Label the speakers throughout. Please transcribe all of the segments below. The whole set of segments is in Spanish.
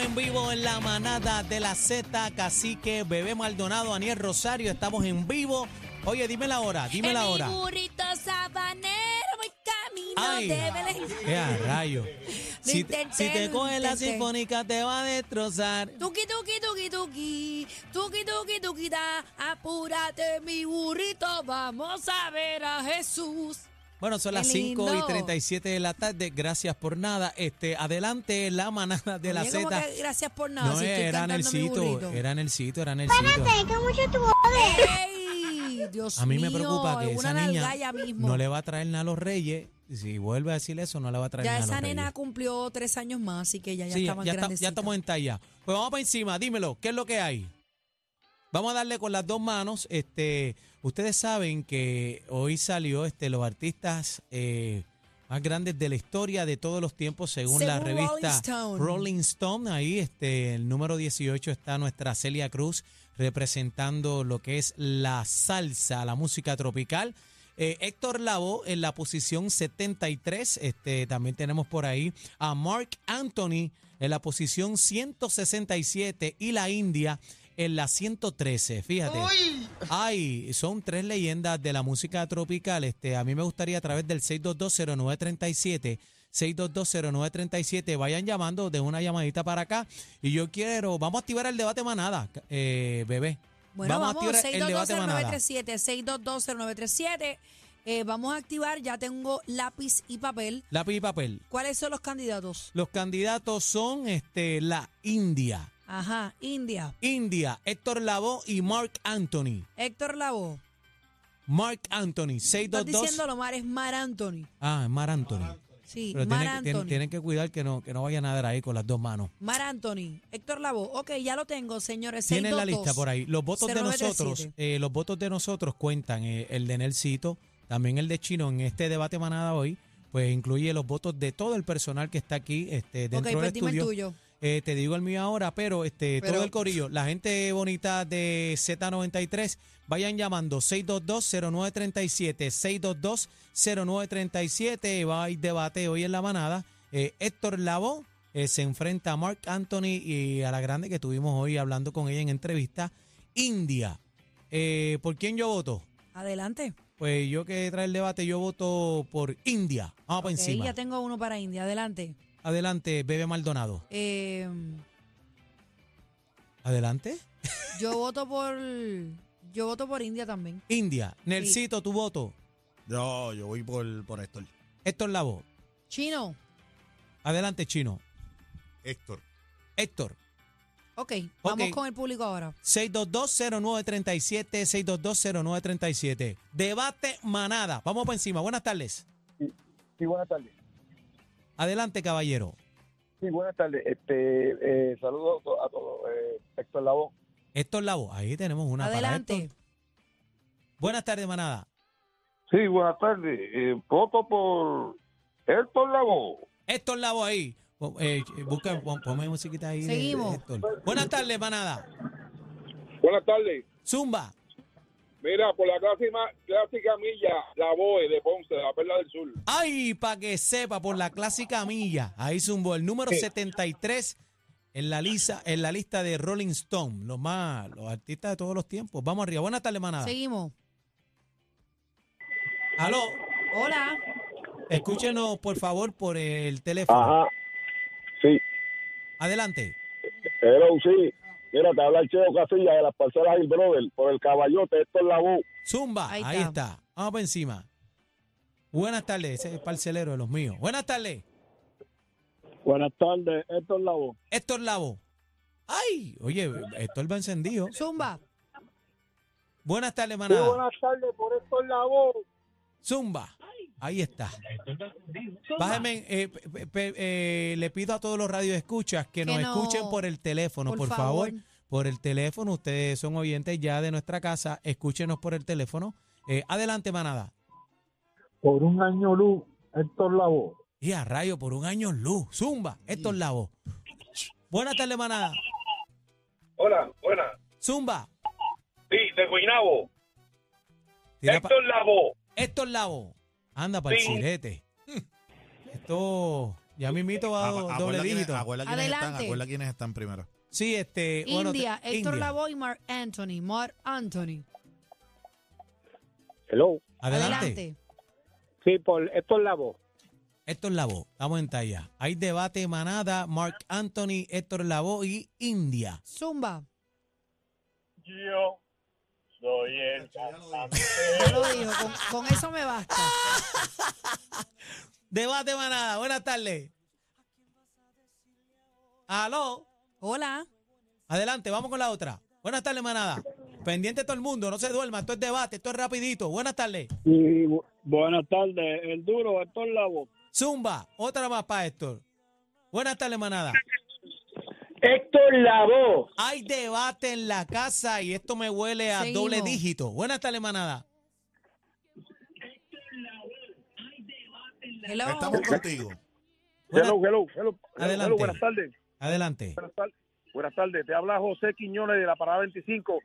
Speaker 1: en vivo en la manada de la Z, Cacique, Bebé Maldonado, Aniel Rosario, estamos en vivo. Oye, dime la hora, dime
Speaker 2: En
Speaker 1: la
Speaker 2: mi
Speaker 1: hora.
Speaker 2: burrito sabanero voy camino
Speaker 1: Ay,
Speaker 2: de Belén.
Speaker 1: ¡Qué rayo! Si te,
Speaker 2: intenté,
Speaker 1: si te
Speaker 2: lo
Speaker 1: coge la
Speaker 2: intenté.
Speaker 1: sinfónica te va a destrozar.
Speaker 2: Tuki, tuki, tuki, tuki, tuki, tuki, tuki, da. Apúrate, mi burrito, vamos a ver a Jesús.
Speaker 1: Bueno, son
Speaker 2: Qué
Speaker 1: las 5 y
Speaker 2: lindo.
Speaker 1: 37 de la tarde. Gracias por nada. Este, adelante la manada de la
Speaker 2: Oye, como
Speaker 1: Z.
Speaker 2: que Gracias por nada.
Speaker 1: No,
Speaker 2: si estoy
Speaker 1: era en el
Speaker 2: cantando mi
Speaker 1: sitio,
Speaker 2: burrito.
Speaker 1: era en el sitio, era en el sitio.
Speaker 2: ¡Ey! Dios
Speaker 1: A mí me
Speaker 2: mío,
Speaker 1: preocupa que
Speaker 2: alguna
Speaker 1: esa niña
Speaker 2: nalgalla mismo.
Speaker 1: no le va a traer nada a los reyes. Si vuelve a decir eso, no le va a traer
Speaker 2: Ya
Speaker 1: nada a
Speaker 2: esa
Speaker 1: los
Speaker 2: nena
Speaker 1: reyes.
Speaker 2: cumplió tres años más, así que ya, ya
Speaker 1: Sí,
Speaker 2: estaban
Speaker 1: ya, está- ya
Speaker 2: grandecitas.
Speaker 1: estamos en talla. Pues vamos para encima, dímelo, ¿qué es lo que hay? Vamos a darle con las dos manos. Este, ustedes saben que hoy salió este, los artistas eh, más grandes de la historia de todos los tiempos, según, la
Speaker 2: Según
Speaker 1: revista
Speaker 2: Rolling Stone.
Speaker 1: Rolling Stone. Ahí, este, el número 18 está nuestra Celia Cruz representando lo que es la salsa, la música tropical. Eh, Héctor Lavoe en la posición 73. Este, también tenemos por ahí a Mark Anthony en la posición 167 y la India en la 113. Fíjate. Ay, son tres leyendas de la música tropical. Este, a mí me gustaría a través del 6220937, 6220937, vayan llamando de una llamadita para acá. Y yo quiero, vamos a activar el debate manada, eh, bebé.
Speaker 2: Bueno, vamos,
Speaker 1: a activar el debate manada.
Speaker 2: 6220937, 6220937. Eh, vamos a activar, ya tengo lápiz y papel.
Speaker 1: Lápiz y papel.
Speaker 2: ¿Cuáles son los candidatos?
Speaker 1: pues. Los candidatos son este, la India.
Speaker 2: Ajá, India,
Speaker 1: India, Héctor Lavoe y Mark Anthony.
Speaker 2: Héctor Lavoe.
Speaker 1: Mark Anthony,
Speaker 2: Estás
Speaker 1: 622.
Speaker 2: diciéndolo mal, es Mar Anthony.
Speaker 1: Ah, es Mar Anthony.
Speaker 2: Sí,
Speaker 1: Pero
Speaker 2: Mar
Speaker 1: tienen, que-
Speaker 2: Anthony.
Speaker 1: tienen- tienen que cuidar que no, que no vaya a nadar ahí con las dos manos.
Speaker 2: Mar Anthony, Héctor Lavoe. Ok, ya lo tengo, señores.
Speaker 1: Tienen la lista por ahí. Los votos de
Speaker 2: 0937.
Speaker 1: nosotros, eh, los votos de nosotros cuentan eh, el de Nelsito, también el de Chino en este debate manada hoy, pues incluye los votos de todo el personal que está aquí este, dentro
Speaker 2: Ok, pues
Speaker 1: del
Speaker 2: dime el
Speaker 1: estudio.
Speaker 2: tuyo.
Speaker 1: Eh, te digo el mío ahora, pero este
Speaker 2: Pero-
Speaker 1: todo el corillo, la gente bonita de Z93, vayan llamando 622-0937, 622-0937, va a haber debate hoy en la manada. Eh, Héctor Lavoe eh, se enfrenta a Mark Anthony y a la grande que tuvimos hoy hablando con ella en entrevista. India, Eh, ¿por quién yo voto?
Speaker 2: Adelante.
Speaker 1: Pues yo que trae el debate, yo voto por India. Vamos para
Speaker 2: Ok,
Speaker 1: encima.
Speaker 2: ya tengo uno para India. Adelante.
Speaker 1: Adelante, Bebe Maldonado.
Speaker 2: Eh,
Speaker 1: Adelante.
Speaker 2: yo voto por. Yo voto por India también.
Speaker 1: India, Nelsito, tu voto.
Speaker 3: No, yo voy por, por Héctor.
Speaker 1: Héctor Lavo.
Speaker 2: Chino.
Speaker 1: Adelante, Chino.
Speaker 3: Héctor.
Speaker 1: Héctor.
Speaker 2: Ok, vamos
Speaker 1: Ok.
Speaker 2: con el público ahora.
Speaker 1: 6220937, 6220937. Debate manada. Vamos por encima. Buenas tardes.
Speaker 4: Sí, buenas tardes.
Speaker 1: Adelante, caballero.
Speaker 4: Sí, buenas tardes. Este, eh, saludos a to- a todos. Eh, Héctor Lavoe.
Speaker 1: Héctor Lavo. Ahí tenemos una para
Speaker 2: Adelante.
Speaker 1: Héctor. Buenas tardes, manada.
Speaker 5: Sí, buenas tardes. Eh, voto por Héctor Lavoe.
Speaker 1: Héctor Lavo ahí. Po- eh, busca, pon- ponme musiquita ahí. de- de
Speaker 2: Seguimos.
Speaker 1: Héctor. Buenas tardes, manada.
Speaker 5: Buenas tardes.
Speaker 1: Zumba.
Speaker 5: Mira, por la clásica, clásica milla, Lavoe de Ponce, de la Perla del Sur.
Speaker 1: Ay, para que sepa, por la clásica milla. Ahí zumbó el número 73 en la, lista, en la lista de Rolling Stone. Los más, los artistas de todos los tiempos. Vamos arriba. Buenas tardes, manada.
Speaker 2: Seguimos.
Speaker 1: Aló,
Speaker 2: Hola.
Speaker 1: escúchenos, por favor, por el teléfono.
Speaker 4: Sí,
Speaker 1: Adelante.
Speaker 4: hello, sí. Mira, te habla el Cheo Casilla de las parcelas Hill Brother por el caballote Héctor Lavoe.
Speaker 1: Zumba. Ahí,
Speaker 2: Ahí
Speaker 1: está.
Speaker 2: está.
Speaker 1: Vamos por encima. Buenas tardes. Ese es el parcelero de los míos. Buenas tardes.
Speaker 4: Buenas tardes, Héctor Lavoe.
Speaker 1: Héctor Lavo. Ay, oye, Héctor va encendido.
Speaker 2: Zumba.
Speaker 1: Buenas tardes, manada.
Speaker 4: tardes por Héctor Lavoe.
Speaker 1: Zumba. Ahí está. Bájame, eh, pe- pe- eh, le pido a todos los radioescuchas que,
Speaker 2: Que
Speaker 1: nos
Speaker 2: no-
Speaker 1: escuchen por el teléfono, por,
Speaker 2: por
Speaker 1: favor.
Speaker 2: favor.
Speaker 1: Por el teléfono, ustedes son oyentes ya de nuestra casa, escúchenos por el teléfono. Eh, adelante, manada.
Speaker 4: Por un año luz, Héctor Lavoe.
Speaker 1: Y a rayo, por un año luz. Zumba, Héctor Lavo. Buenas tardes, manada.
Speaker 5: Hola, buenas.
Speaker 1: Zumba.
Speaker 5: Sí, de Guinabo.
Speaker 1: Tira pa-
Speaker 5: Héctor Lavoe.
Speaker 1: Héctor Lavo. Anda para el
Speaker 5: Sí.
Speaker 1: chilete. Esto Ya mismito va do- Oh, doble
Speaker 3: Ah, acuerda quiénes-
Speaker 1: dígito.
Speaker 3: acuerda quiénes están,
Speaker 2: Adelante.
Speaker 3: acuerda quiénes están primero.
Speaker 1: Sí, este. bueno, te-
Speaker 2: India, Héctor
Speaker 1: India.
Speaker 2: Lavoe y Mark Anthony. Mark Anthony.
Speaker 4: Hello.
Speaker 1: Adelante.
Speaker 4: Sí, por Héctor Lavoe.
Speaker 1: Héctor Lavoe, estamos en talla. Hay debate manada, Mark Anthony, Héctor Lavoe y India.
Speaker 2: Zumba.
Speaker 6: Yo soy el
Speaker 2: Ya lo dijo. Con, con eso me basta.
Speaker 1: Debate manada, buenas tardes. Aló,
Speaker 2: Hola.
Speaker 1: adelante, vamos con la otra. Buenas tardes, manada. Pendiente todo el mundo, no se duerma, esto es debate, esto es rapidito. Buenas tardes.
Speaker 6: buenas tardes, el duro, Héctor Lavo.
Speaker 1: Zumba, otra más para Héctor. Buenas tardes, manada.
Speaker 4: Héctor Lavoe.
Speaker 1: Hay debate en la casa y esto me huele a
Speaker 2: Seguimos.
Speaker 1: doble dígito. Buenas tardes, manada.
Speaker 2: Hello.
Speaker 3: Estamos contigo.
Speaker 1: Buenas-
Speaker 5: Hello, hello, hello.
Speaker 1: Adelante.
Speaker 5: Hello, buenas tardes.
Speaker 1: Adelante.
Speaker 5: Buenas tardes. Buenas tardes. Te habla José Quiñones de la Parada 25.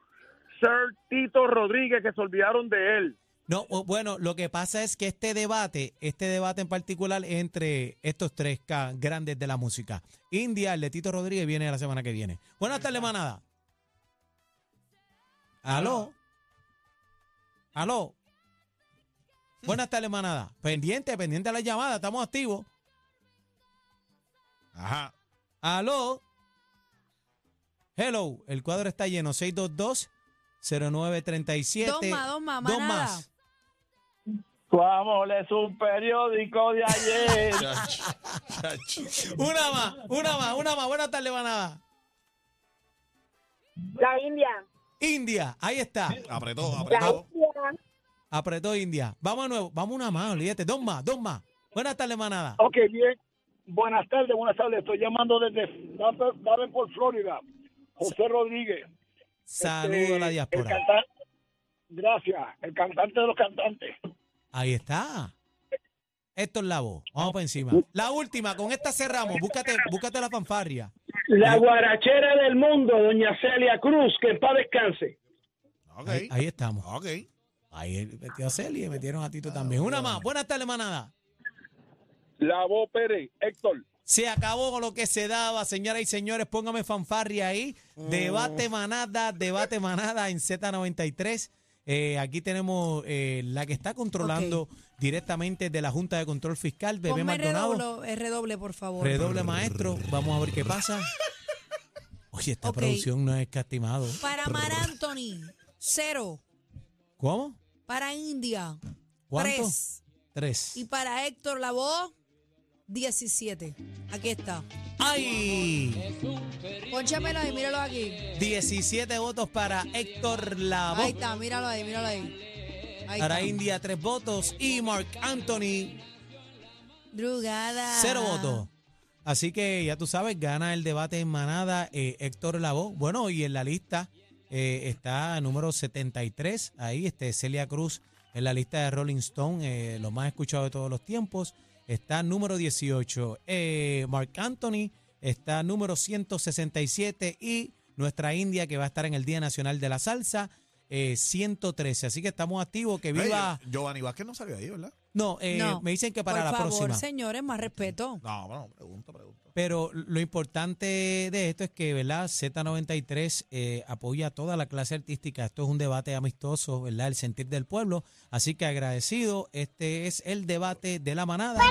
Speaker 5: Sir Tito Rodríguez, que se olvidaron de él.
Speaker 1: No, o- bueno, lo que pasa es que este debate, este debate en particular es entre estos tres ca- grandes de la música. India, el de Tito Rodríguez viene la semana que viene. Buenas tardes, manada. Aló. Aló. Buenas tardes, manada. Pendiente, pendiente a la llamada, estamos activos.
Speaker 3: Ajá.
Speaker 1: Aló. Hello, el cuadro está lleno. 622-0937.
Speaker 2: Dos más, dos más,
Speaker 1: Dos
Speaker 2: manada.
Speaker 1: más.
Speaker 6: Vamos, es un periódico de ayer.
Speaker 1: Una más, una más, una más. Buenas tardes, manada.
Speaker 7: La India.
Speaker 1: India, ahí está.
Speaker 3: Apretó,
Speaker 7: La
Speaker 3: apretó.
Speaker 7: India.
Speaker 1: Apretó India. Vamos de nuevo, vamos una más, olvídate. Dos más, dos más. Buenas tardes, manada.
Speaker 6: ok, bien. Buenas tardes, buenas tardes. Estoy llamando desde Daven- Davenport, Florida. José Rodríguez.
Speaker 1: Saludos
Speaker 6: Este,
Speaker 1: a la
Speaker 6: el
Speaker 1: diáspora.
Speaker 6: cantante- Gracias, el cantante de los cantantes.
Speaker 1: Ahí está. Héctor Lavo, vamos para encima. La última, con esta cerramos. Búscate, búscate la fanfarria.
Speaker 8: La guarachera del mundo, doña Celia Cruz, que en paz descanse.
Speaker 3: Ok.
Speaker 1: Ahí, ahí estamos.
Speaker 3: Ok.
Speaker 1: Ahí metió a Celia y metieron a
Speaker 2: Ah,
Speaker 1: Tito también. Una más. Buenas tardes, manada.
Speaker 5: Lavo Pérez, Héctor.
Speaker 1: Se acabó con lo que se daba, señoras y señores. Póngame fanfarria ahí.
Speaker 2: Mm.
Speaker 1: Debate manada, debate manada en Z93. Eh, aquí tenemos eh, la que está controlando directamente de la Junta de Control Fiscal, Bebé
Speaker 2: Ponme
Speaker 1: Maldonado.
Speaker 2: redoble, eh, redoble, por favor.
Speaker 1: Redoble maestro. Vamos a ver qué pasa. Oye, esta
Speaker 2: Ok.
Speaker 1: producción no es castimado.
Speaker 2: Para Mar Anthony, cero.
Speaker 1: ¿Cómo?
Speaker 2: Para India,
Speaker 1: ¿Cuánto?
Speaker 2: tres.
Speaker 1: Tres.
Speaker 2: Y para Héctor Lavoe, 17. Aquí está.
Speaker 1: ¡Ay!
Speaker 2: Pónchamelo ahí, míralo aquí.
Speaker 1: 17 votos para Héctor Lavoe.
Speaker 2: Ahí está, míralo ahí, míralo ahí. Ahí
Speaker 1: Para
Speaker 2: está.
Speaker 1: India, tres votos. Y Mark Anthony,
Speaker 2: Drugada.
Speaker 1: cero votos. Así que ya tú sabes, gana el debate en manada eh, Héctor Lavoe. Bueno, y en la lista eh, está número 73, ahí este Celia Cruz en la lista de Rolling Stone, eh, lo más escuchado de todos los tiempos. Está número 18, eh, Mark Anthony, está número 167 y nuestra India que va a estar en el Día Nacional de la Salsa, eh, 113. Así que estamos activos, que viva...
Speaker 3: Ey, Giovanni Vázquez no salió ahí, ¿verdad?
Speaker 1: No, eh,
Speaker 2: No,
Speaker 1: me dicen que para
Speaker 2: Por
Speaker 1: la
Speaker 2: favor,
Speaker 1: próxima.
Speaker 2: señores, más respeto.
Speaker 3: No, bueno, pregunto, pregunto.
Speaker 1: Pero lo importante de esto es que, ¿verdad? Z93 eh, apoya a toda la clase artística. Esto es un debate amistoso, ¿verdad? El sentir del pueblo. Así que agradecido. Este es el debate de la manada.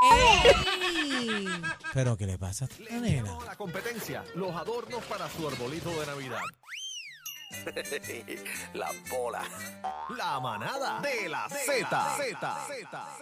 Speaker 2: ¡Ey!
Speaker 1: Pero ¿qué le pasa a esta nena?
Speaker 9: la competencia, los adornos para su arbolito de Navidad. la bola. La manada de la Z. Z. Z.